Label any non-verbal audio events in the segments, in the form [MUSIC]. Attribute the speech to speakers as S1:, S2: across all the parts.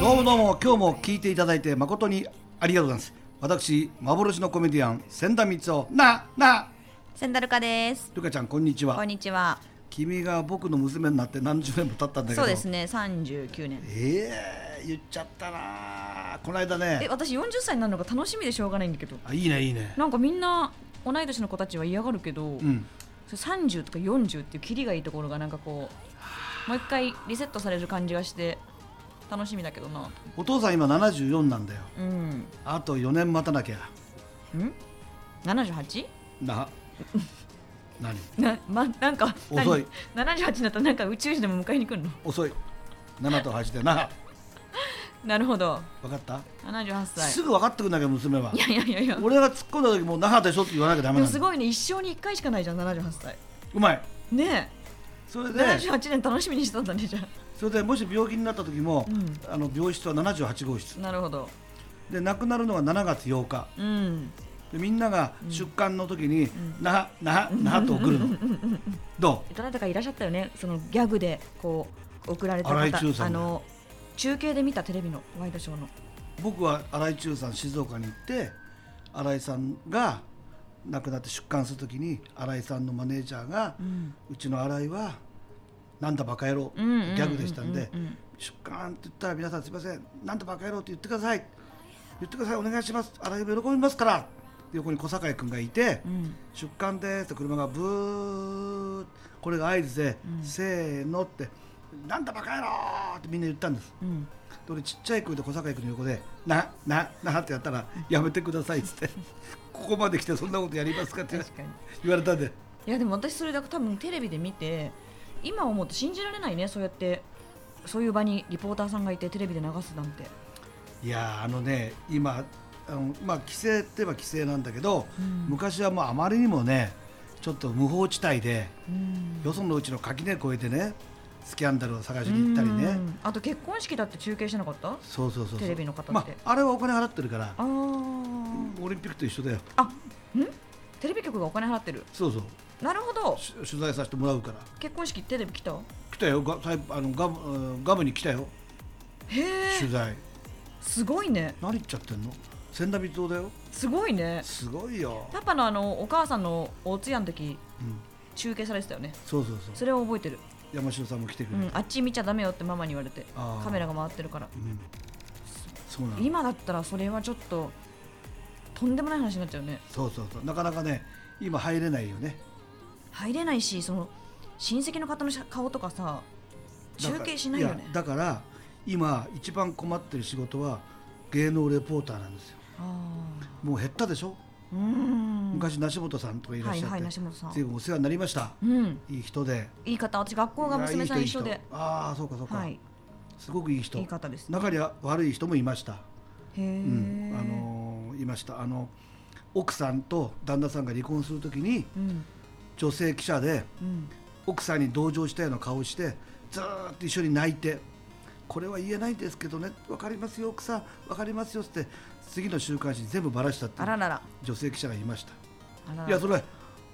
S1: どうもどうも今日も聞いていただいて誠にありがとうございます私幻のコメディアン千田光雄なな
S2: センダルカです。
S1: ルカちゃんこんにち
S2: こ
S1: は
S2: んにちは。
S1: 君が僕の娘になって何十年も経ったんだけど
S2: そうですね、三十九年。
S1: ええ言っちゃったなこの間
S2: え、
S1: ね
S2: 私四十歳になるのが楽しみでしょうがないんだけど。
S1: あいいねいいね
S2: なんかみんな同い年の子たちは嫌がるけど
S1: う、ん
S2: 三十、とか四十っていうキリがいいところがなんかこうもう一回リセットされる感じがして楽しみだけどな。
S1: お父さん今74なんだよ
S2: うん。
S1: あと4年待たなきゃ
S2: 七十八？ [LAUGHS]
S1: な何
S2: な、ま、なんか
S1: 遅い。
S2: 七十八だったらなんか宇宙人でも迎えに来るの。
S1: 遅い7と8でな
S2: なるほど。
S1: 分かった、
S2: 七十八歳
S1: す。ぐ分かってくんだけど娘はい
S2: やいやいやいや。
S1: 俺が突っ込んだ時もう那覇でしょって言わなきゃダ
S2: でも
S1: メなん
S2: す
S1: だ
S2: ごいね、一生に一回しかないじゃん、七十八歳。
S1: うまい
S2: ねえ。
S1: それで
S2: 78年楽しみにしてたんだねじゃ
S1: それでもし病気になった時も、
S2: うん
S1: あの病室は78号室
S2: あなるほど
S1: で亡くなるのが7月8日
S2: うん
S1: でみんなが出棺の時に、那覇那覇那覇と送るのど
S2: どなたかいらっしゃったよねそのギャグでこう送られた
S1: 荒井注
S2: 方
S1: さん
S2: あの中継で見たテレビのワイドショーの
S1: う僕は新井中さん静岡に行って新井さんが亡くなって出棺する時に新井さんのマネージャーが、う
S2: うん
S1: ちの新井はなんだバカ野郎、
S2: うんうんうん
S1: ギャグでしたんで、
S2: うんうん
S1: 出棺って言ったら皆さんすいませんなんだバカ野郎って言ってください言ってくださいお願いします新井も喜びますから横に小坂井君がいて、
S2: うん
S1: 出棺ですって車がブーこれが合図で、せーのってなんだバカ野郎ってみんな言ったんです
S2: うん
S1: で俺ちっちゃい声で小坂井君の横で「ななな」ってやったら「やめてください」っつって「ここまで来てそんなことやりますか」って
S2: 確かに
S1: 言われたんで
S2: いやでも私それだけ多分テレビで見て今思うと信じられないねそうやってそういう場にリポーターさんがいてテレビで流すなんて
S1: いやーあのね今あのまあ規制って言えば規制なんだけど、昔はもうあまりにもねちょっと無法地帯で、よそのうちの垣根越えてねスキャンダルを探しに行ったりね、
S2: うんあと結婚式だって中継してなかったあ
S1: そうそうそうそう
S2: テレビの方って
S1: まあ、あれはお金払ってるから
S2: あー
S1: オリンピックと一緒だよ
S2: あんテレビ局がお金払ってる
S1: そうそう
S2: なるほど
S1: し取材させてもらうから
S2: 結婚式テレビ来た
S1: 来たよガサイあのガムうんガムに来たよ
S2: へえ
S1: 取材
S2: すごいね
S1: 何言っちゃってんの千田光雄だよ
S2: すごいね
S1: すごいよ、
S2: パパのあのお母さんのお通夜の時
S1: うん、
S2: 中継されてたよね
S1: そうそうそう
S2: それを覚えてる、
S1: 山城さんも来てく
S2: う
S1: れ
S2: ん
S1: て、、
S2: あっち見ちゃダメよってママに言われて
S1: あー
S2: カメラが回ってるから
S1: うんそうなの
S2: 今だったらそれはちょっととんでもない話になっちゃうね
S1: そうそうそうなかなかね今入れないよね
S2: 入れないしその親戚の方の写顔とかさ
S1: だか
S2: 中継しないよね
S1: やだから今一番困ってる仕事は芸能レポーターなんですよ
S2: あ
S1: もう減ったでしょ、
S2: ーうーん
S1: 昔梨本さんとかいらっしゃって、
S2: はいはい梨本さん
S1: 随分お世話になりました
S2: うん
S1: いい人で
S2: いい方私学校が娘さん
S1: いやいい
S2: 一緒
S1: 人いい
S2: で
S1: 人ああそうかそうか、
S2: はい
S1: すごくいい人
S2: いい方です
S1: 中には悪い人もいました、
S2: へえ、
S1: うんあのーいましたあの奥さんと旦那さんが離婚するときに
S2: うん
S1: 女性記者で
S2: うん
S1: 奥さんに同情したような顔をしてずーっと一緒に泣いてこれは言えないんですけどね分かりますよ奥さん分かりますよっつって次の週刊誌に全部ばらしたってい
S2: あら
S1: う
S2: らら
S1: 女性記者がいました
S2: あらら
S1: いやそれは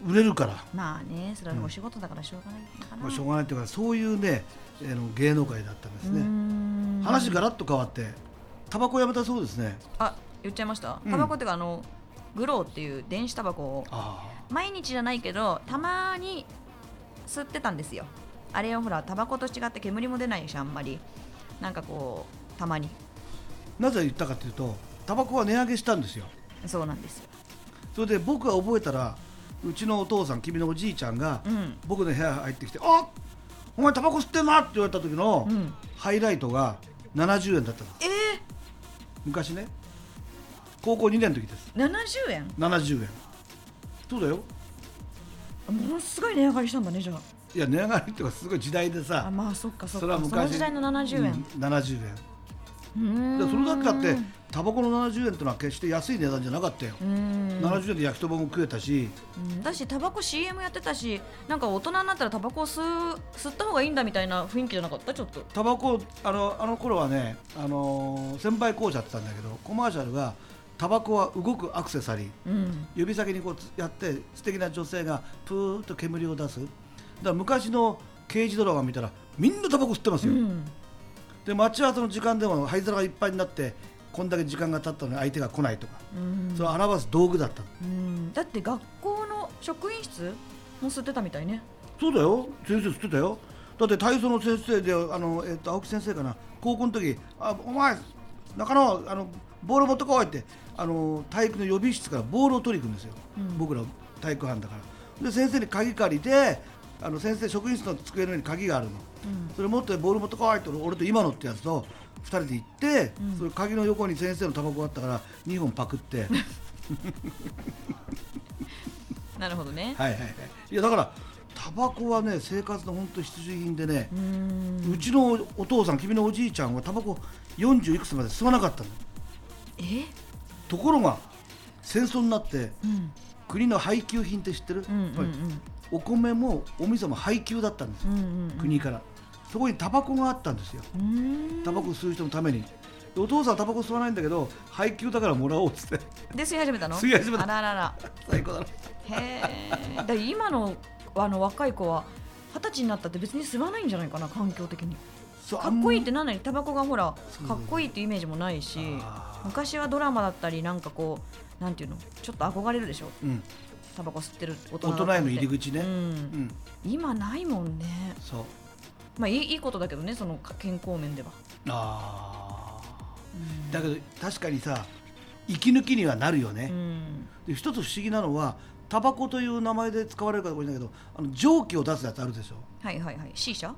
S1: 売れるから、
S2: まあねそれはお仕事だからしょうがないのかな、
S1: まあ、しょうがないというかそういうねあの芸能界だったんですね、
S2: うーん
S1: 話がらっと変わってタバコやめたそうですね
S2: あ言っちゃいました
S1: うん
S2: タバコっていうかあのグローっていう電子タバコを
S1: ああ
S2: 毎日じゃないけどたまに吸ってたんですよあれをほらタバコと違って煙も出ないしあんまりなんかこうたまに
S1: なぜ言ったかというとタバコは値上げしたんですよ
S2: そうなんですよ
S1: それで僕が覚えたらうちのお父さん君のおじいちゃんが、
S2: うん
S1: 僕の部屋入ってきて「あお前タバコ吸ってんな!」って言われた時の、
S2: うん
S1: ハイライトが70円だったの
S2: え
S1: 昔ね高校2年の時です
S2: ー、70円
S1: 70円そうだよ
S2: ものすごい値上がりしたんだねじゃあ
S1: いや値上がりっていうかすごい時代で
S2: あ
S1: さ
S2: まあそっかそっ
S1: れ
S2: か
S1: は
S2: そ
S1: 昔
S2: の時代の70円、
S1: うん70円
S2: うーん
S1: でそれだけだってタバコの70円ってのは決して安い値段じゃなかったよ、
S2: うーん
S1: 70円で焼きそばも食えたし
S2: うんだしタバコ CM やってたしなんか大人になったらタバコを吸う吸った方がいいんだみたいな雰囲気じゃなかったちょっと
S1: タバコあのあの頃はね、あのー、先輩校舎って言ったんだけどコマーシャルがタバコは動くアクセサリー
S2: うん
S1: 指先にこうつやって素敵な女性がプーッと煙を出すだから昔の刑事ドラマ見たらみんなタバコ吸ってます
S2: う
S1: よ、で
S2: ん
S1: で待ち合わせの時間でも灰皿がいっぱいになってこんだけ時間が経ったのに相手が来ないとか、
S2: うん
S1: それを表す道具だった
S2: うんだって学校の職員室も吸ってたみたいね
S1: そうだよ先生吸ってたよだって体操の先生であの、えっと青木先生かな高校の時あお前中野あのボール持ってこいってあの体育の予備室からボールを取りに行くんですよ、
S2: うん
S1: 僕ら体育班だからで先生に鍵借りてあの先生職員室の机の上に鍵があるの、
S2: うん
S1: それ持ってボール持ってこいって俺と今のってやつと2人で行って、
S2: うん
S1: それ鍵の横に先生のタバコがあったから2本パ
S2: [LAUGHS]
S1: クって。
S2: なるほどね、
S1: はいはいはい、いやだからタバコはね生活の本当必需品でね
S2: う、ん
S1: うちのお父さん君のおじいちゃんはタバコ40いくつまで吸わなかったの
S2: え
S1: ところが戦争になって
S2: うん
S1: 国の配給品って知ってる、
S2: うんうんう
S1: つまり
S2: ん
S1: お米もお味噌も配給だったんです
S2: う
S1: よ、
S2: んうんうん
S1: 国からそこにタバコがあったんですよ
S2: うん
S1: タバコ吸う人のためにでお父さんはタバコ吸わないんだけど配給だからもらおうっつって [LAUGHS]
S2: で吸い始めたの
S1: 吸い始めた
S2: あららら
S1: 最高だな
S2: へえだから今のあの若い子は二十歳になったって別に吸わないんじゃないかな環境的に
S1: そう
S2: かっこいいっ
S1: あん
S2: てなんなにタバコがほら
S1: そう
S2: かっこいいってイメージもないし
S1: あー
S2: 昔はドラマだったりなんかこうなんていうのちょっと憧れるでしょ
S1: まうん、
S2: タバコ吸ってる大人だ
S1: 大
S2: と
S1: 人への入り口ね、
S2: う、
S1: うんん、
S2: 今ないもんね
S1: そう
S2: まあいいいいことだけどねその健康面では、
S1: ああ
S2: うん
S1: だけど確かにさ息抜きにはなるよね、
S2: うん
S1: で一つ不思議なのはタバコという名前で使われるかどうかわかんないけどあの蒸気を出すやつあるでしょ
S2: はいはいはい C 社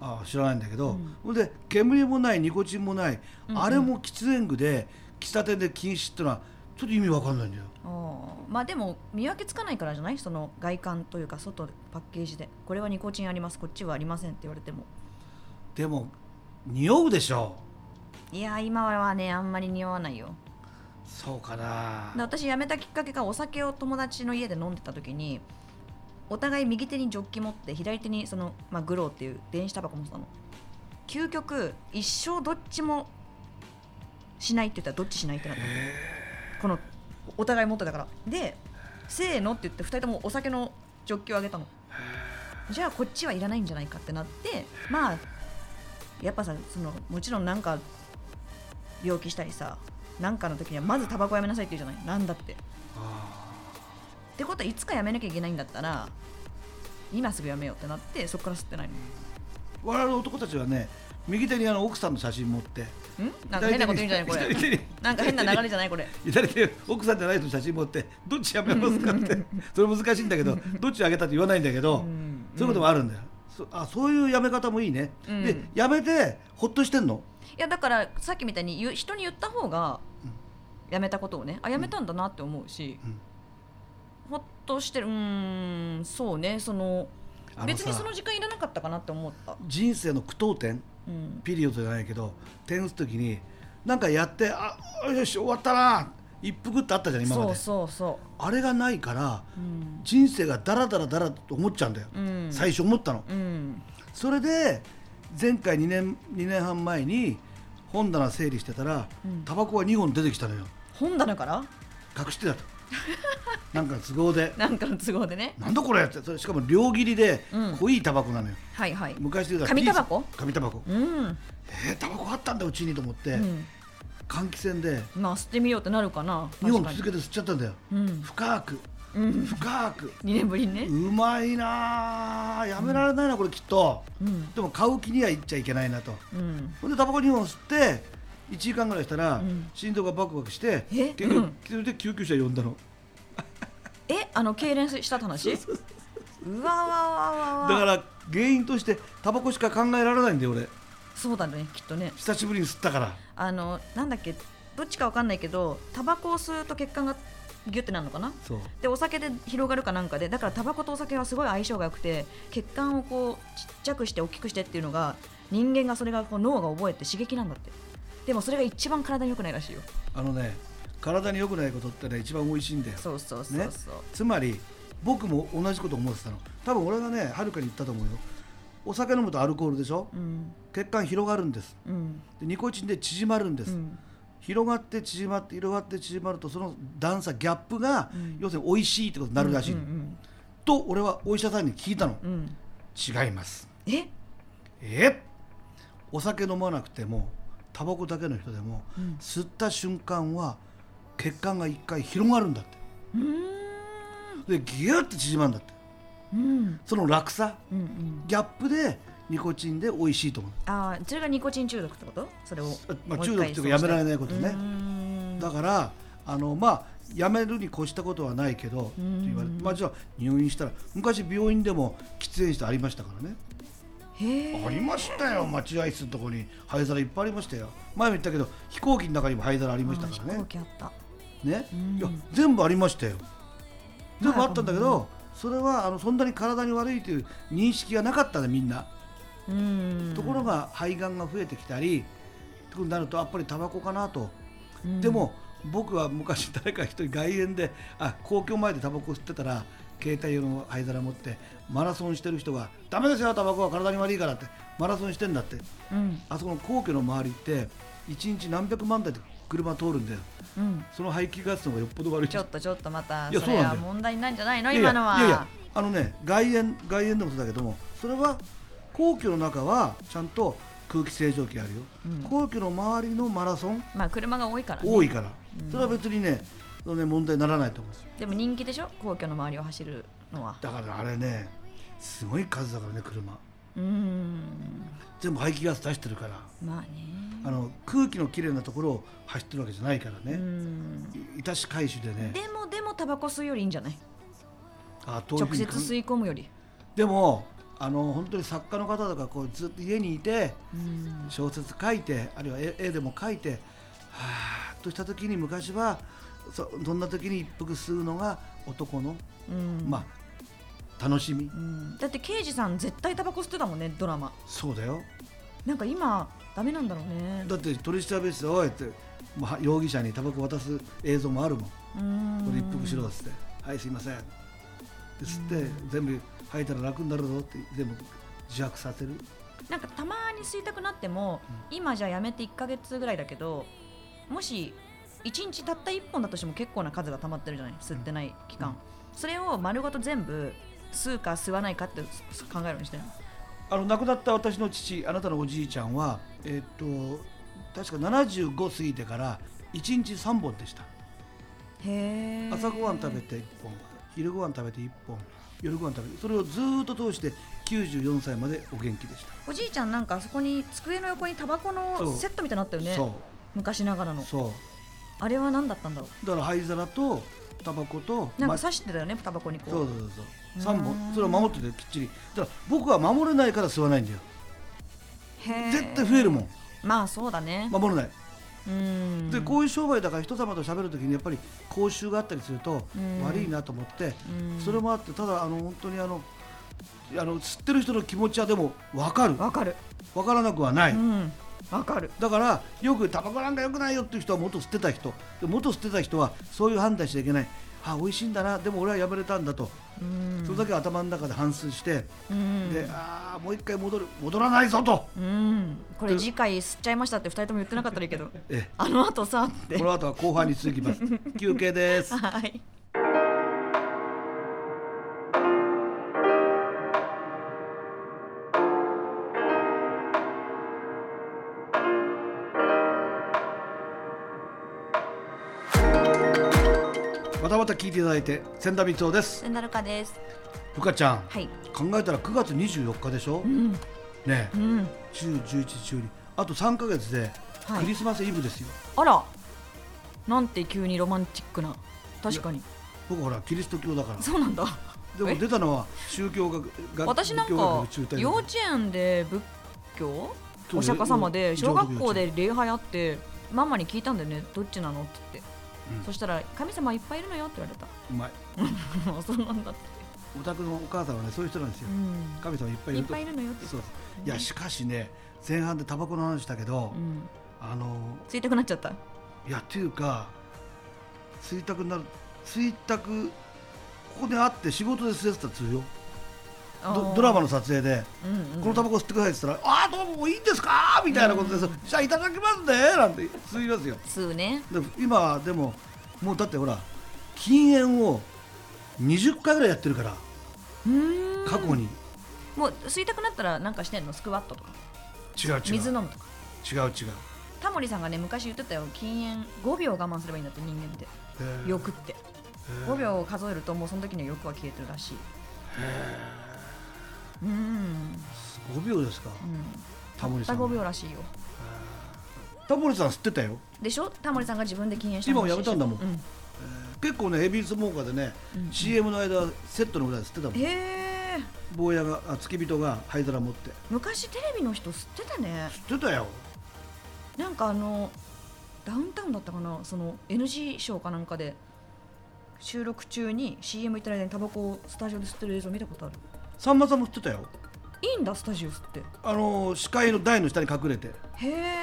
S1: ああ知らないんだけ
S2: う
S1: ど、
S2: ん
S1: ほん、で煙もないニコチンもない、
S2: うんうん
S1: あれも喫煙具で喫茶店で禁止ってのはちょっと意味わかんないんだよ
S2: あーまあでも見分けつかないからじゃないその外観というか外パッケージでこれはニコチンありますこっちはありませんって言われても
S1: でも匂うでしょ
S2: いやー今はねあんまり匂わないよ
S1: そうか
S2: で
S1: な
S2: 私辞めたきっかけがお酒を友達の家で飲んでた時にお互い右手にジョッキ持って左手にその、まあ、グローっていう電子タバコ持ってたの究極一生どっちもしないって言ったらどっちしないってなったのこのお互い持ってたからでせーのって言って2人ともお酒のジョッキをあげたのじゃあこっちはいらないんじゃないかってなってまあやっぱさそのもちろんなんか病気したりさなんかの時にはまずタバコやめなさいって言うじゃないなんだってっ
S1: あ
S2: てことはいつかやめなきゃいけないんだったら今すぐやめようってなってそこから吸ってないの
S1: ー我々男たちはね右手にあの奥さんの写真持って
S2: んなんか変なこと言うんじゃないこ
S1: 左手
S2: れ
S1: に
S2: なんか変な流れじゃないこれ
S1: [LAUGHS] 左手奥さんじゃない人の写真持ってどっちやめますかって
S2: [LAUGHS]
S1: それ難しいんだけどどっちあげたって言わないんだけど、
S2: うん
S1: そういうこともあるんだよ、そあそういうやめ方もいいね、
S2: うん
S1: でやめてほっとしてんの
S2: いやだからさっきみたいに言う人に言った方がやめたことをねあやめたんだなって思うし、
S1: うん
S2: ほっとしてるうーんそうねその
S1: あのさ
S2: 別にその時間いらなかったかなって思った、
S1: 人生の句読点
S2: うん、
S1: ピリオドじゃないけど点打つ時になんかやってあよし終わったな一服ってあったじゃん今ま
S2: そ
S1: で
S2: うそうそ
S1: あれがないから
S2: ううん、
S1: 人生がダラダラダラと思っちゃうんだよ、
S2: うん、
S1: 最初思ったの
S2: うん
S1: それで前回2年 ,2 年半前に本棚整理してたら
S2: うん
S1: タバコが2本出てきたのよ
S2: 本棚から
S1: 隠して
S2: [LAUGHS]
S1: たとなんか都合で
S2: なんかの都合でね
S1: なんだこれってそれしかも両切りで
S2: うん
S1: 濃いタバコなのよ、
S2: はいはい
S1: 昔で言う
S2: 紙タバコ
S1: ピース紙タバコ
S2: うん、
S1: えー、タバコあったんだうちにと思って、
S2: うん、
S1: 換気扇で
S2: まあ吸ってみようってなるかな
S1: 2
S2: 確
S1: 本
S2: かに
S1: 続けて吸っちゃったんだよ
S2: うん、
S1: 深く
S2: うん、
S1: 深く
S2: 2年ぶりにね
S1: う、まいなあやめられないなこれきっと、
S2: うん
S1: でも買う気にはいっちゃいけないなと
S2: うん、
S1: ほんでタバコ2本吸って1時間ぐらいしたら、
S2: うん
S1: 心臓がバクバクして
S2: え
S1: 結局、
S2: うん
S1: それで救急車呼んだの
S2: えあの痙攣したって話うわわわわわ
S1: だから原因としてタバコしか考えられないんだよ俺
S2: そうだねきっとね
S1: 久しぶりに吸ったから
S2: あのなんだっけどっちかわかんないけどタバコを吸うと血管がギュってなるのかな
S1: そう
S2: でお酒で広がるかなんかでだからタバコとお酒はすごい相性が良くて血管をこうちっちゃくして大きくしてっていうのが人間がそれがこう脳が覚えて刺激なんだってでもそれが一番体に良くないらしいよ
S1: あのね体に良くないことってね一番美味しいんだよ
S2: そうそうそうそう、
S1: つまり僕も同じこと思ってたの多分俺がねはるかに言ったと思うよお酒飲むとアルコールでしょ
S2: うん
S1: 血管広がるんです
S2: うん
S1: でニコチンで縮まるんです、
S2: うん
S1: 広がって縮まって広がって縮まるとその段差ギャップが、
S2: うん
S1: 要するに美味しいってことになるらしい、
S2: うん
S1: と俺はお医者さんに聞いたの
S2: うんうん
S1: 違います
S2: え
S1: えお酒飲まなくてもタバコだけの人でも、
S2: うん
S1: 吸った瞬間は血管が一回広がるんだって
S2: うーん
S1: でギュッて縮まるんだって
S2: うん
S1: その落差
S2: うんうん
S1: ギャップでニコチンで美味しいと思う
S2: ああそれがニコチン中毒ってことそれを
S1: まあ
S2: もう一
S1: 中毒っていうか
S2: 回
S1: やめられないことね
S2: うーん
S1: だからあのまあやめるに越したことはないけどって
S2: うん
S1: 言われて、まあ、じゃあ入院したら昔病院でも喫煙室ありましたからね
S2: へえ
S1: ありましたよ待合室のところに灰皿いっぱいありましたよ前も言ったけど飛行機の中にも灰皿ありましたから
S2: あー飛
S1: ね
S2: 行機あった
S1: ね
S2: うん
S1: いや全部ありましたよ全部あったんだけ
S2: まあ
S1: どそれはあのそんなに体に悪いという認識がなかったねみんな
S2: うーん
S1: ところが肺がんが増えてきたりってことになるとやっぱりタバコかなと
S2: うん
S1: でも僕は昔誰か一人外苑であ公共前でタバコ吸ってたら携帯用の灰皿持ってマラソンしてる人が「ダメですよタバコは体に悪いから」ってマラソンしてんだって
S2: うん
S1: あそこの皇居の周りって1日何百万台で車通るんだよ
S2: うん
S1: その排気ガスの方がよっぽど悪い
S2: ちょっとちょっとまた
S1: いや
S2: それ
S1: そうなん
S2: は
S1: だよ
S2: 問題なんじゃないの
S1: いやいや
S2: 今のはい
S1: やいやあのね外苑外苑でもそうだけどもそれは皇居の中はちゃんと空気清浄機あるよ、
S2: うん
S1: 皇居の周りのマラソン
S2: まあ車が多いからね
S1: 多いから、
S2: うん
S1: それは別にねそのね問題にならないと思うんですよ
S2: でも人気でしょ皇居の周りを走るのは
S1: だからあれねすごい数だからね車
S2: うーん
S1: 全部排気ガス出してるから
S2: まあね
S1: あの空気のきれいなところを走ってるわけじゃないから
S2: うー
S1: ね、
S2: ん
S1: いいたし回収でね
S2: でもでもタバコ吸うよりいいんじゃない
S1: あ遠い
S2: 直
S1: 国
S2: 接吸い込むより
S1: でもあの本当に作家の方とかこうずっと家にいて
S2: うーん
S1: 小説書いてあるいは絵絵でも書いてはーっとした時に昔はそどんな時に一服吸うのが男の、
S2: うん
S1: まあ楽しみ
S2: うんだって刑事さん絶対タバコ吸ってたもんねドラマ
S1: そうだよ
S2: なんか今ダメなんだろうね
S1: だって取り調べ室でおいって、まあ、容疑者にタバコ渡す映像もあるもんこ
S2: うーん
S1: れ一服しろっつって「はいすいません」で吸って全部吐いたら楽になるぞって全部自白させる
S2: なんかたまに吸いたくなっても、今じゃやめて1ヶ月ぐらいだけどもし1日たった1本だとしても結構な数が溜まってるじゃない吸ってない期間、
S1: うん
S2: それを丸ごと全部吸うか吸わないかってす考えるようにしてるの
S1: あの亡くなった私の父あなたのおじいちゃんはえーっと確か75過ぎてから1日3本でした
S2: へー
S1: 朝ごはん食べて1本昼ごはん食べて1本夜ごはん食べてそれをずーっと通して94歳までお元気でした、
S2: おじいちゃんなんかあそこに机の横にタバコ
S1: そ
S2: の
S1: う
S2: セットみたいになったよね
S1: そ
S2: 昔ながら
S1: う
S2: の
S1: そ
S2: あれは何だったんだろ
S1: うだから灰皿とタバコと
S2: うなん
S1: ま
S2: か刺してたよねタバコにこう
S1: そうそうそうそう3
S2: う
S1: 本
S2: ん
S1: それを守っててきっちりだから僕は守れないから吸わないんだよ
S2: へー
S1: 絶対増えるもん
S2: まあそうだね、
S1: 守れない
S2: うん
S1: でこういう商売だから人様と喋るときにやっぱり口臭があったりすると
S2: うん
S1: 悪いなと思って
S2: うん
S1: それもあってただあの本当にあのあの吸ってる人の気持ちはでも分かる
S2: わかる
S1: 分からなくはな
S2: う
S1: い
S2: んわかる
S1: だからよくタバコなんか良くないよっていう人は元吸ってた人で元吸ってた人はそういう判断しちゃいけないあ美味しいんだなでも俺はやめれたんだと
S2: うん
S1: それだけ頭の中で反芻して
S2: うん
S1: でああもう一回戻る戻らないぞと
S2: うんこれ次回吸っちゃいましたって2人とも言ってなかったらいいけ
S1: [LAUGHS]
S2: ど
S1: え
S2: あの後さっ
S1: え
S2: て
S1: この後は後半に続きます
S2: [LAUGHS]
S1: 休憩です
S2: はい
S1: またまた聞いていただいて千田光雄です
S2: センダルカです
S1: ふかちゃん
S2: はい
S1: 考えたら9月24日でしょ、
S2: うん
S1: ねえ
S2: うん
S1: 10、11、12あと3か月で
S2: は
S1: クリ
S2: い
S1: スマスイブですよ、
S2: あらなんて急にロマンチックな確かに
S1: 僕ほらキリスト教だから
S2: そうなんだ
S1: で
S2: え
S1: も出たのは宗教学が
S2: 私なん
S1: 仏教
S2: か
S1: 学中退
S2: 幼稚園で仏教
S1: そう
S2: お釈迦様で
S1: よ
S2: 小学校で礼拝あってママに聞いたんだよねどっちなのって言って、
S1: うん
S2: そしたら神様いっぱいいるのよって言われた
S1: うまい
S2: もうそうなんだって、
S1: お宅のお母さんはねそういう人なんですよ、
S2: う
S1: 神様いっぱい
S2: ん、い
S1: い
S2: っ
S1: ると
S2: ぱいいるのよって言って
S1: そういやしかしね前半でタバコの話したけど、
S2: うん、
S1: あの
S2: 吸いたくなっちゃった
S1: いやっていうか吸いたくなる吸いたくここで会って仕事で吸えてたら通よドドラマ
S2: の、
S1: の撮影で
S2: うんうん、
S1: このタバコ吸ってくださいって言ったら、ああ、どうもいいんですかみたいなことで、そうじゃあいただきますねなんて吸いますよ。
S2: 吸うね
S1: で今はでも、もうだってほら、禁煙を20回ぐらいやってるから、
S2: うーん
S1: 過去に。
S2: もう吸いたくなったらなんかしてんのスクワットとか
S1: 違う違う
S2: 水飲むとか
S1: 違う違う、
S2: タモリさんがね昔言ってたよ禁煙5秒我慢すればいいんだって人間って
S1: えー
S2: 欲って
S1: えー
S2: 5秒を数えるともうその時の欲は消えてるらしいうんうん
S1: 5秒ですかタモリさ
S2: た
S1: ん
S2: った5秒らしいよ
S1: タモリさん吸ってたよ
S2: でしょタモリさんが自分で禁煙した
S1: 今もやめたんだもん
S2: う
S1: 結構ねヘビースモーカーでね、
S2: うん
S1: CM の間セットの裏で吸ってたもん
S2: へえ
S1: 坊やがあ付き人が灰皿持って
S2: 昔テレビの人吸ってたね
S1: 吸ってたよ
S2: なんかあのダウンタウンだったかなその NG ショーかなんかで収録中に CM 行った間にタバコをスタジオで吸ってる映像見たことある
S1: さんまさんも吸ってたよ
S2: いいんだスタジオ吸って
S1: あのー視界の台の下に隠れて
S2: へえ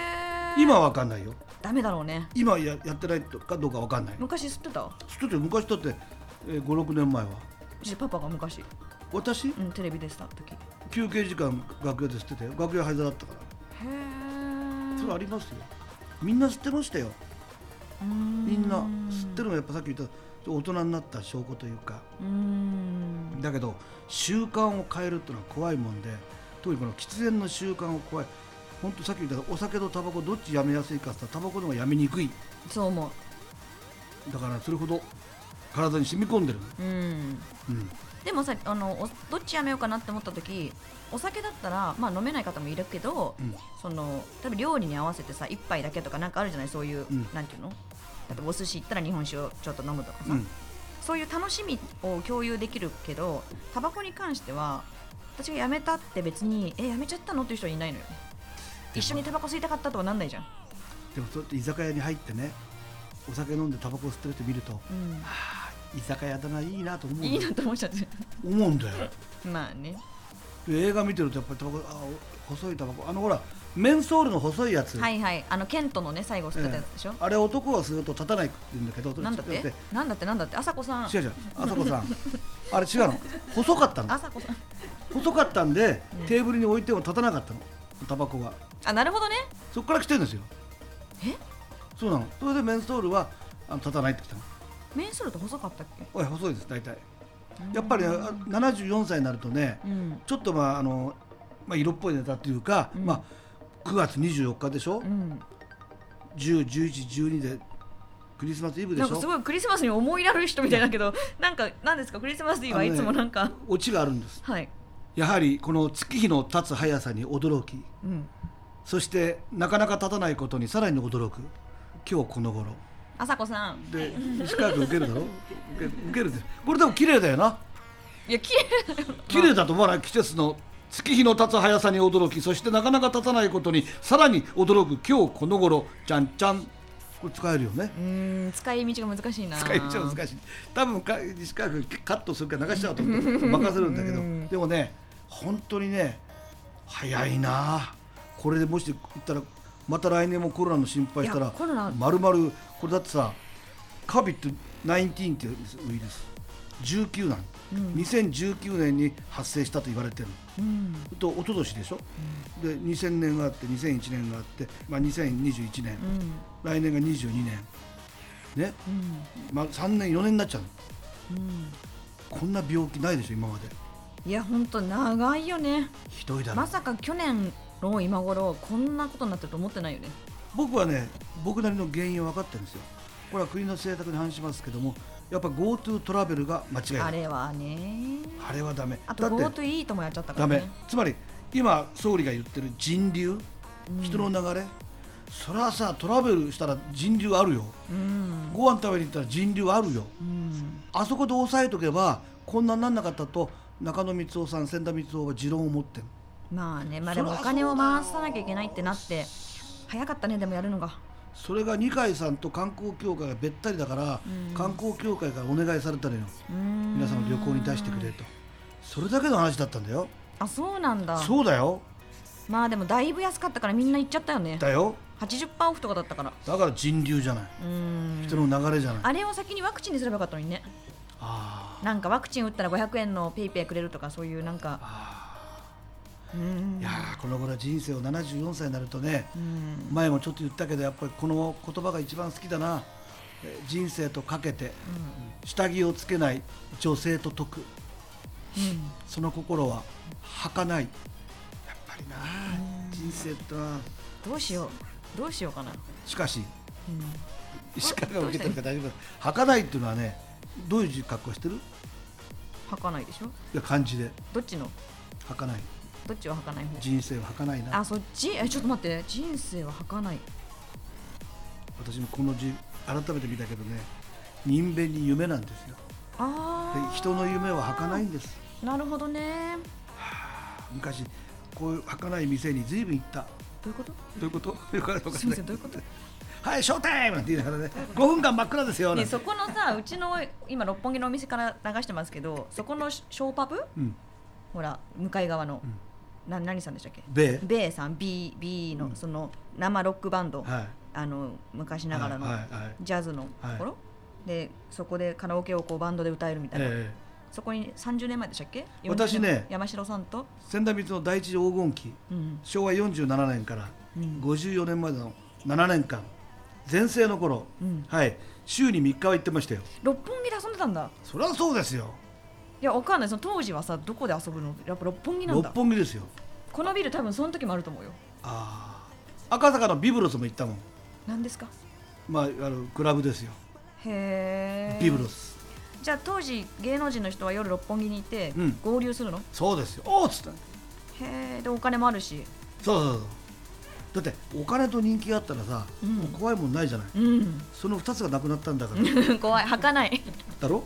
S1: 今は分かんないよ
S2: ダメだろうね
S1: 今ややってないとかどうか分かんない
S2: 昔吸ってた
S1: 吸ってた昔だって、えー、56年前は
S2: うちパパが昔、
S1: 私、
S2: うん、テレビでした時へ
S1: 休憩時間楽屋で吸ってたよ楽屋灰皿だったから、それあ
S2: え
S1: りますよみんな吸ってましたよみんな吸ってるのがやっぱさっき言った大人になった証拠というか
S2: うーん
S1: だけど習慣を変えるってのは怖いもんで特にこの喫煙の習慣を怖い本当さっき言ったお酒とタバコどっちやめやすいかって言ったらタバコの方がやめにくい
S2: そう思
S1: だからそれほど体に染み込んでる、
S2: ううん
S1: うん、
S2: でもさあのおどっちやめようかなって思った時お酒だったら、まあ、飲めない方もいるけど、
S1: うん
S2: その多分料理に合わせてさ一杯だけとかなんかあるじゃないそういう、
S1: うん
S2: なんていうのだってお寿司行ったら日本酒をちょっと飲むとかさ、
S1: うん
S2: そういう楽しみを共有できるけどタバコに関しては私がやめたって別にえやめちゃったのっていう人はいないのよね一緒にタバコ吸いたかったとはなんないじゃん、
S1: でもそうやって居酒屋に入ってねお酒飲んでタバコ吸ってるって見ると
S2: うん
S1: あー居酒屋だないいなと思うんだ
S2: いい
S1: よ
S2: なと思っちゃって [LAUGHS]
S1: 思うんだよ
S2: まあね
S1: で映画見てるとやっぱりタバコあー細いタバコあのほらメンソールの細いやつ、
S2: はいはいあのケントのね最後吸ってたやつでしょ、
S1: あれ男は吸うと立たないって言うんだけどそれ
S2: なんだっ
S1: 吸
S2: てなんだってなんだって朝子さん
S1: 違う違う、あさこ
S2: [LAUGHS]
S1: さん、あれ違うの、細かったの、
S2: 朝子さん
S1: 細かったんで、テーブルに置いても立たなかったの、タバコが。
S2: あなるほどね
S1: そこから来てるんですよ。
S2: え
S1: そうなの、それでメンソールはあの立たないって来たの。
S2: メンソールって細かったっけ
S1: おい、細いです、大体。やっぱり、あ74歳になるとね、
S2: うん
S1: ちょっとまあ、あの、まあ、色っぽいネタというか、
S2: うん
S1: まあ、9月24日でしょ、
S2: うん
S1: 10、11、12で、クリスマスイブで
S2: なん
S1: し
S2: かす
S1: ょ、
S2: ごいクリスマスに思いやる人みたいだけどなんかなんですかクリスマスイブはいつもなんか、
S1: オチがあるんです。
S2: はい
S1: やはりこの月日の経つ速さに驚き。
S2: うん
S1: そしてなかなか立たないことにさらに驚く今日この頃
S2: 朝子さん
S1: で石川君受けるだろ受け受けるでこれでも綺麗だよない
S2: や綺麗だよ
S1: 綺麗だと思わない季節の月日の経つ速さに驚きそしてなかなか立たないことにさらに驚く今日この頃ちゃんちゃんこれ使えるよね
S2: うーん使い道が難しいな
S1: 使い道は難しい多分か石川君カットするから流しちゃうと思って任せるんだけどでもね本当にね早いなこれでもし言ったらまた来年もコロナの心配した
S2: いや
S1: ら
S2: コロナ
S1: まるまるこれだってさカビって19っていうんですウイルス19なん、2019年に発生したと言われてる
S2: うん
S1: と一昨年でしょ、で2000年があって2001年があって、まあ、2021年、
S2: うん
S1: 来年が22年ね
S2: うん
S1: まあ、3年4年になっちゃうの
S2: うん
S1: こんな病気ないでしょ今まで
S2: いやほんと長いよね
S1: ひどいだろ、
S2: まさか去年の今頃こんなことになってると思ってないよね
S1: 僕はね僕なりの原因は分かってるんですよこれは国の政策に反しますけどもやっぱ GoTo トラベルが間違いない
S2: あ
S1: あれ
S2: れはね
S1: はダメ
S2: あと
S1: だって
S2: GoTo イートもやっちゃったか
S1: ダ
S2: ら
S1: メ、
S2: ね
S1: つまり今総理が言ってる人流
S2: うん
S1: 人の流れ、それはさトラベルしたら人流あるよ
S2: うん
S1: ご飯食べに行ったら人流あるよ
S2: うん
S1: あそこで抑えとけばこんなになんなかったと中野光夫さん千田光夫は持論を持ってる
S2: まあねまあ
S1: そ
S2: で
S1: りゃ
S2: もお金を回さなきゃいけないってなって早かったねでもやるのが
S1: それが二階さんと観光協会がべったりだから、
S2: うん
S1: 観光協会からお願いされたのよ
S2: 皆
S1: 皆さんの旅行に出してくれとそれだけの話だったんだよ
S2: あそうなんだ
S1: そうだよ
S2: まあでもだいぶ安かったからみんな行っちゃったよね
S1: だよ
S2: 80%オフとかだったから
S1: だから人流じゃないう
S2: ーん
S1: 人の流れじゃない、あ
S2: あれを先にワクチンにすればよかったのにね
S1: あ
S2: なんかワクチン打ったら500円のペイペイくれるとかそういうなんかうーん
S1: いやーこの頃は人生を74歳になるとね
S2: うーん
S1: 前もちょっと言ったけどやっぱりこの言葉が一番好きだなえ人生とかけて下着をつけない女性と解く
S2: うん
S1: その心は儚いやっぱりな人人生ってのは
S2: どうしようどうしようかな、
S1: しかし
S2: うん
S1: 石川が受けてるから大丈夫だ履かないっていうのはねどういう格好してるい
S2: 吐かないでしょ
S1: や漢字で
S2: どっちの
S1: 履かない
S2: どっちを吐かない方
S1: 人生は履かないな
S2: あそっちえちょっと待って人生は吐かない
S1: 私もこの字改めて見たけどね人弁に夢なんですよ
S2: ああ
S1: で人の夢は履かないんです
S2: なるほどね
S1: 昔こういう履かない店に随分行った
S2: どういうこと
S1: どういうことよくわかんない
S2: すいませんどういうこと
S1: はいショータイムなんて言いながらね5分 [LAUGHS] 間真っ暗ですよなん
S2: ね、
S1: て
S2: そこのさうちの今六本木のお店から流してますけどそこのショーパブ
S1: うん
S2: ほら向かい側の、
S1: うん
S2: な何さんでしたっけ
S1: 米
S2: ベイさん BB
S1: う
S2: の
S1: ん
S2: その生ロックバンド、
S1: は
S2: あの昔
S1: い
S2: ながらの
S1: はいはいはい
S2: ジャズのところ、でそこでカラオケをこうバンドで歌えるみたいな、
S1: ええ
S2: そこに30年前でしたっけ
S1: 私ね
S2: 40年山城さんと、
S1: 仙台水の第一次黄金期
S2: うん
S1: 昭和47年から
S2: うん
S1: 54年までの7年間全盛の頃、
S2: うん
S1: はい週に3日は行ってましたよ
S2: 六本木で遊んでたんだ
S1: そりゃそうですよ
S2: いやわかんないその当時はさどこで遊ぶのやっぱ六本木なん
S1: 六
S2: だ
S1: 本木ですよ
S2: このビル多分その時もあると思うよ
S1: ああ赤坂のビブロスも行ったもん
S2: 何ですか
S1: まああのクラブですよ
S2: へえ
S1: ビブロス
S2: じゃあ当時芸能人の人は夜六本木にいて、
S1: うん
S2: 合流するの
S1: そうですよおおっつった
S2: へえでお金もあるし
S1: そうそうそうだってお金と人気があったらさ、
S2: うん
S1: もう怖いもんないじゃない
S2: うん [LAUGHS]
S1: その2つがなくなったんだから
S2: 怖い履かない
S1: だろ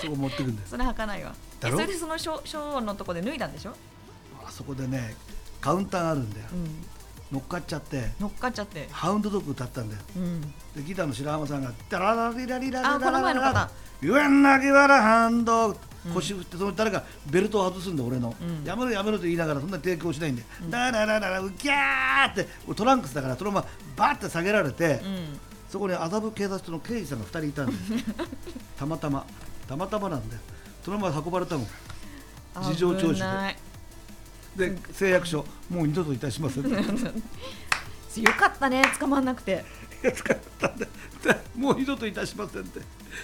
S1: そこ持ってくんだよ
S2: それ履かないわ
S1: だ
S2: え
S1: ろ
S2: それでそのショーショーのとこで脱いだんでしょ、
S1: あそこでねカウンターがあるんだよ
S2: うん、
S1: 乗っかっちゃって
S2: 乗っかっちゃって
S1: ハウンドドッグ歌ったんだよ
S2: うん
S1: でギターの白浜さんがダララリラリラリラ
S2: あこの前の方
S1: 「You and Nagiwara ハンド
S2: うん」
S1: 腰振ってその誰かベルトを外すんで俺の、
S2: うん
S1: やめろやめろと言いながらそんなに抵抗しないんで「ダララララウキャー」って俺トランクスだからそのままバーって下げられて、
S2: うん
S1: そこに麻布警察署の刑事さんが2人いた
S2: [LAUGHS]
S1: んだよたまたまたまたまなんだよそのまま運ばれたもん事情聴取で
S2: 危ない
S1: で誓約書もう二度といたしませんい
S2: よかったね捕まんなくて
S1: や使ったんででもう二度といたしませんって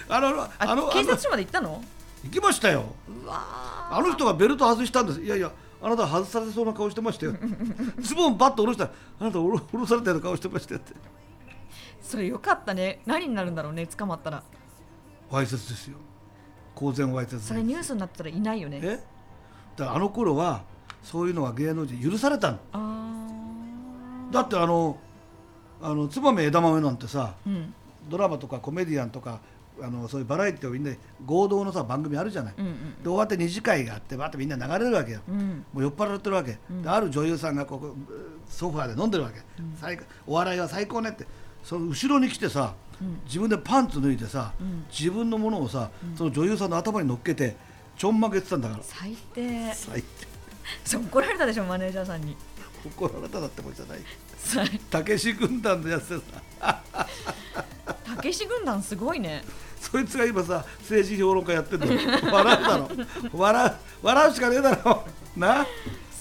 S1: あのあのあ
S2: あ
S1: のあの
S2: 警察署まで行ったの
S1: 行きましたよ
S2: うわ
S1: あの人がベルト外したんですいやいやあなた外されそうな顔して
S2: [LAUGHS]
S1: ましたよズボンバッと下ろしたらあなたおろ下ろされたような顔してましたよって
S2: ーそれよかったね何になるんだろうね捕まったら
S1: わいせつですよ公然わいせつ
S2: それニュースになったらいないよね
S1: えだからあの頃はそういうのが芸能人許されたの
S2: あー
S1: だってあのあの燕枝豆なんてさ
S2: うん
S1: ドラマとかコメディアンとかあのそういうバラエティーをみんなで合同のさ番組あるじゃない、
S2: うん
S1: で終わって二次会があってバーってみんな流れるわけよ、
S2: うんうん
S1: もう酔っ払ってるわけ、
S2: うん
S1: である女優さんがここえーソファーで飲んでるわけ、最高お笑いは最高ねってその後ろに来てさ、
S2: うん
S1: 自分でパンツ脱いでさ、
S2: うん
S1: 自分のものをさ、その女優さんの頭に乗っけてちょんまげてたんだから
S2: 最低
S1: 最低
S2: そう怒られたでしょマネージャーさん
S1: [LAUGHS]
S2: に
S1: 怒られただってこれじゃない
S2: さ
S1: たけし軍団のやつでさ
S2: たけし軍団すごいね
S1: そいつが今さ政治評論家やっ
S2: [LAUGHS]
S1: てんだよ笑うだろ笑う笑うしかねえだろな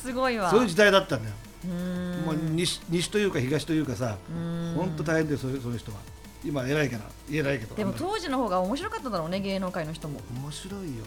S2: すごいわ
S1: そういう時代だったんだよ、
S2: うーん
S1: もう西西というか東というかさ
S2: ん
S1: 本当大変だよそういうそういう人は今偉いから言えないけど
S2: でも当時の方が面白かっただろうね芸能界の人も
S1: 面白いよ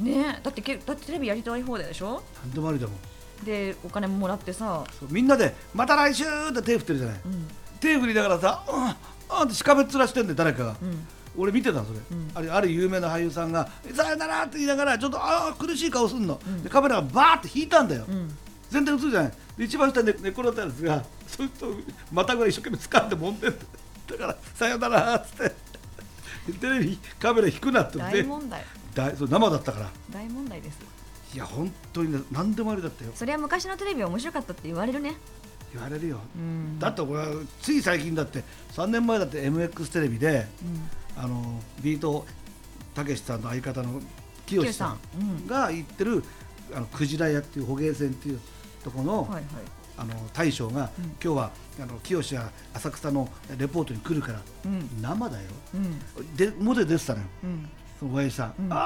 S2: ねだってけだってテレビやりたい放題でしょ
S1: 何でもありだもん
S2: でお金ももらってさ、
S1: そうみんなで「また来週!」って手振ってるじゃない、
S2: うん
S1: 手振りながらさ「うんうん」ってしかめっ面してんで誰かが、
S2: うん、
S1: 俺見てたのそれ、
S2: ん
S1: あるある有名な俳優さんが「さよなら」って言いながらちょっとあー苦しい顔すんの、でカメラがバーって引いたんだよ、
S2: うん、
S1: 全体映るじゃないで一番下に寝寝転んだやつがそいつを股ぐらい一生懸命掴んで揉んでんだだから「さよなら」っつってテレビカメラ引くなって
S2: 大
S1: ね
S2: 問題
S1: だいそう生だったから
S2: 大問題です
S1: いや本当にね何でもありだったよ
S2: そりゃ昔のテレビは面白かったって言われるね
S1: 言われるよ、
S2: うん
S1: だって俺はつい最近だって3年前だって MX テレビで
S2: うん
S1: あのビートたけしさんの相方の清
S2: 清
S1: 志さ
S2: さんうん
S1: んが行ってるあのクジラ屋っていう捕鯨船っていうところの、
S2: はいはい
S1: あの大将が、
S2: うん
S1: 今日はあの清志や浅草のレポートに来るから
S2: うん
S1: 生だよ
S2: うん
S1: でモデル出てたのよ
S2: うん
S1: その親父さん、
S2: うん
S1: あ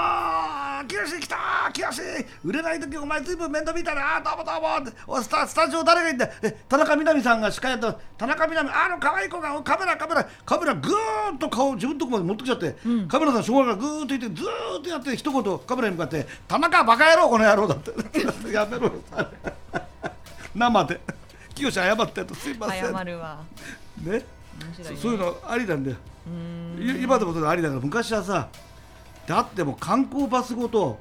S1: あ清志来たー清志売れない時お前ずいぶん面倒見たなどうもどうもっておスタスタジオ誰がいんだえ田中みな実さんが司会やった田中みな実あの可愛い子がおカメラカメラカメラぐーっと顔自分のとこまで持ってきちゃって、
S2: うん
S1: カメラさんしょうがないからぐーっといってずーっとやって一 [LAUGHS] 言カメラに向かって「田中バカ野郎この野郎」だってやめろよ生で [LAUGHS] 「清謝って」とすいません
S2: 謝るわ
S1: ね
S2: 面白い、
S1: そ
S2: ね、
S1: そういうのありなんだよ
S2: うーん
S1: い今でもそういうのありだけど昔はさだってもう観光バスごと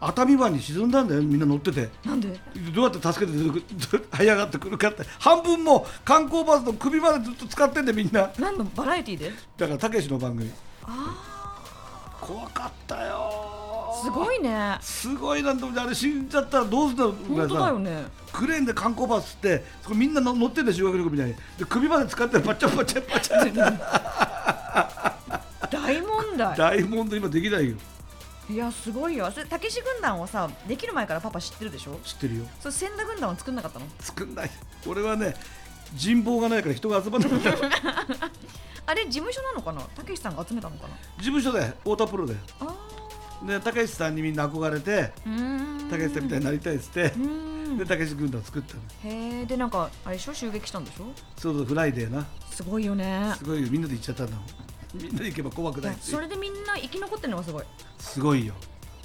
S1: 熱海湾に沈んだんだよみんな乗ってて
S2: なんで
S1: どうやって助けて [LAUGHS] 出てくる這い上がってくるかって半分もう観光バスの首までずっと使ってんでみんな
S2: 何のバラエティーで
S1: だからたけしの番組
S2: あ
S1: 怖かったよ
S2: あすごいね
S1: すごいなんて思ってあれ死んじゃったらどうすんだろうぐ
S2: 本
S1: らい
S2: 当だよ
S1: さ [LAUGHS]
S2: ね
S1: クレーンで観光バスってそこみんなの乗ってんだよ修学旅行みたいにで首まで使ってバチャバチャバチャ
S2: 大問題
S1: 大問題今できないよ
S2: いやすごいよそれたけし軍団はさできる前からパパ知ってるでしょ
S1: 知ってるよ
S2: それ千田軍団は作んなかったの
S1: 作んない俺はね人望がないから人が集まん [LAUGHS] なかった事
S2: あれ事務所なのかなたけしさんが集めたのかな
S1: 務所で太田プロで
S2: あ
S1: でたけしさんにみんな憧れて
S2: ーうーん
S1: たけしさんみたいになりたいっつって
S2: うーん
S1: でたけし軍団作ったの
S2: へえでなんかあれでしょ襲撃したんでしょ
S1: そうそうフライデーな
S2: すごいよね
S1: すごいよみんなで行っちゃったんだもんみんなで行けば怖く
S2: い
S1: ない
S2: や
S1: って
S2: それでみんな生き残ってるのがすごいう
S1: すごいよ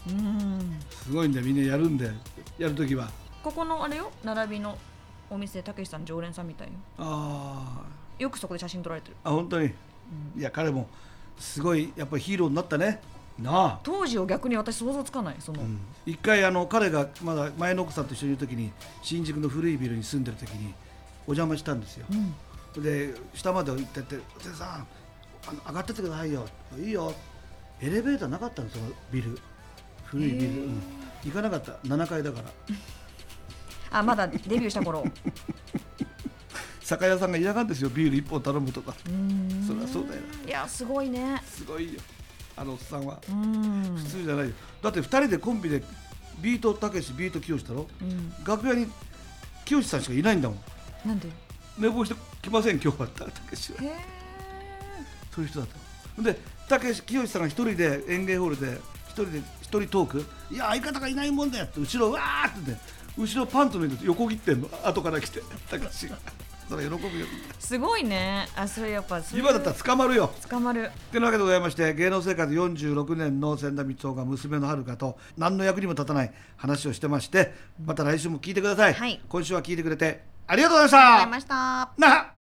S2: ーん
S1: すごいんだよみんなやるんだよやるときは
S2: ここのあれよ並びのお店たけしさん常連さんみたいよ
S1: あ
S2: よくそこで写真撮られてる
S1: ーあ本当にいや彼もすごいやっぱりヒーローになったねなあ、
S2: 当時を逆に私想像つかないその、
S1: うん一回あの彼がまだ前の奥さんと一緒にいる時に新宿の古いビルに住んでる時にお邪魔したんですよ、
S2: うん
S1: で下まで行ってって「お先生さんあの上がってってくださいよ」「いいよ」エレベーターなかったんですよビル古いビル、
S2: へえ
S1: うん行かなかった7階だから
S2: あまだデビューした頃
S1: 酒屋さんが嫌がるんですよビール1本頼むとか
S2: うーん
S1: そりゃそうだよ
S2: いやすごいね
S1: すごいよあのおっさんは
S2: うーん
S1: 普通じゃないよだって2人でコンビでビートたけしビートきよしだろ
S2: うん
S1: 楽屋にきよしさんしかいないんだもん
S2: なんで
S1: 寝坊して来ません今日はたけしは
S2: へえ
S1: そういう人だったでたけしきよしさんが1人で園芸ホールで1人で一人トークいや相方がいないもんだよって後ろわーってね後ろパンツの横切ってんの後から来てたけしがそれ喜ぶよ
S2: すごいねあそれやっぱそういう
S1: 今だったら捕まるよ
S2: 捕まる
S1: というわけでございまして芸能生活46年の千田光雄が娘のはるかと何の役にも立たない話をしてましてまた来週も聞いてください、
S2: はい
S1: 今週は聞いてくれてありがとうございまし
S2: ありがとうござ
S1: た
S2: いました
S1: なあ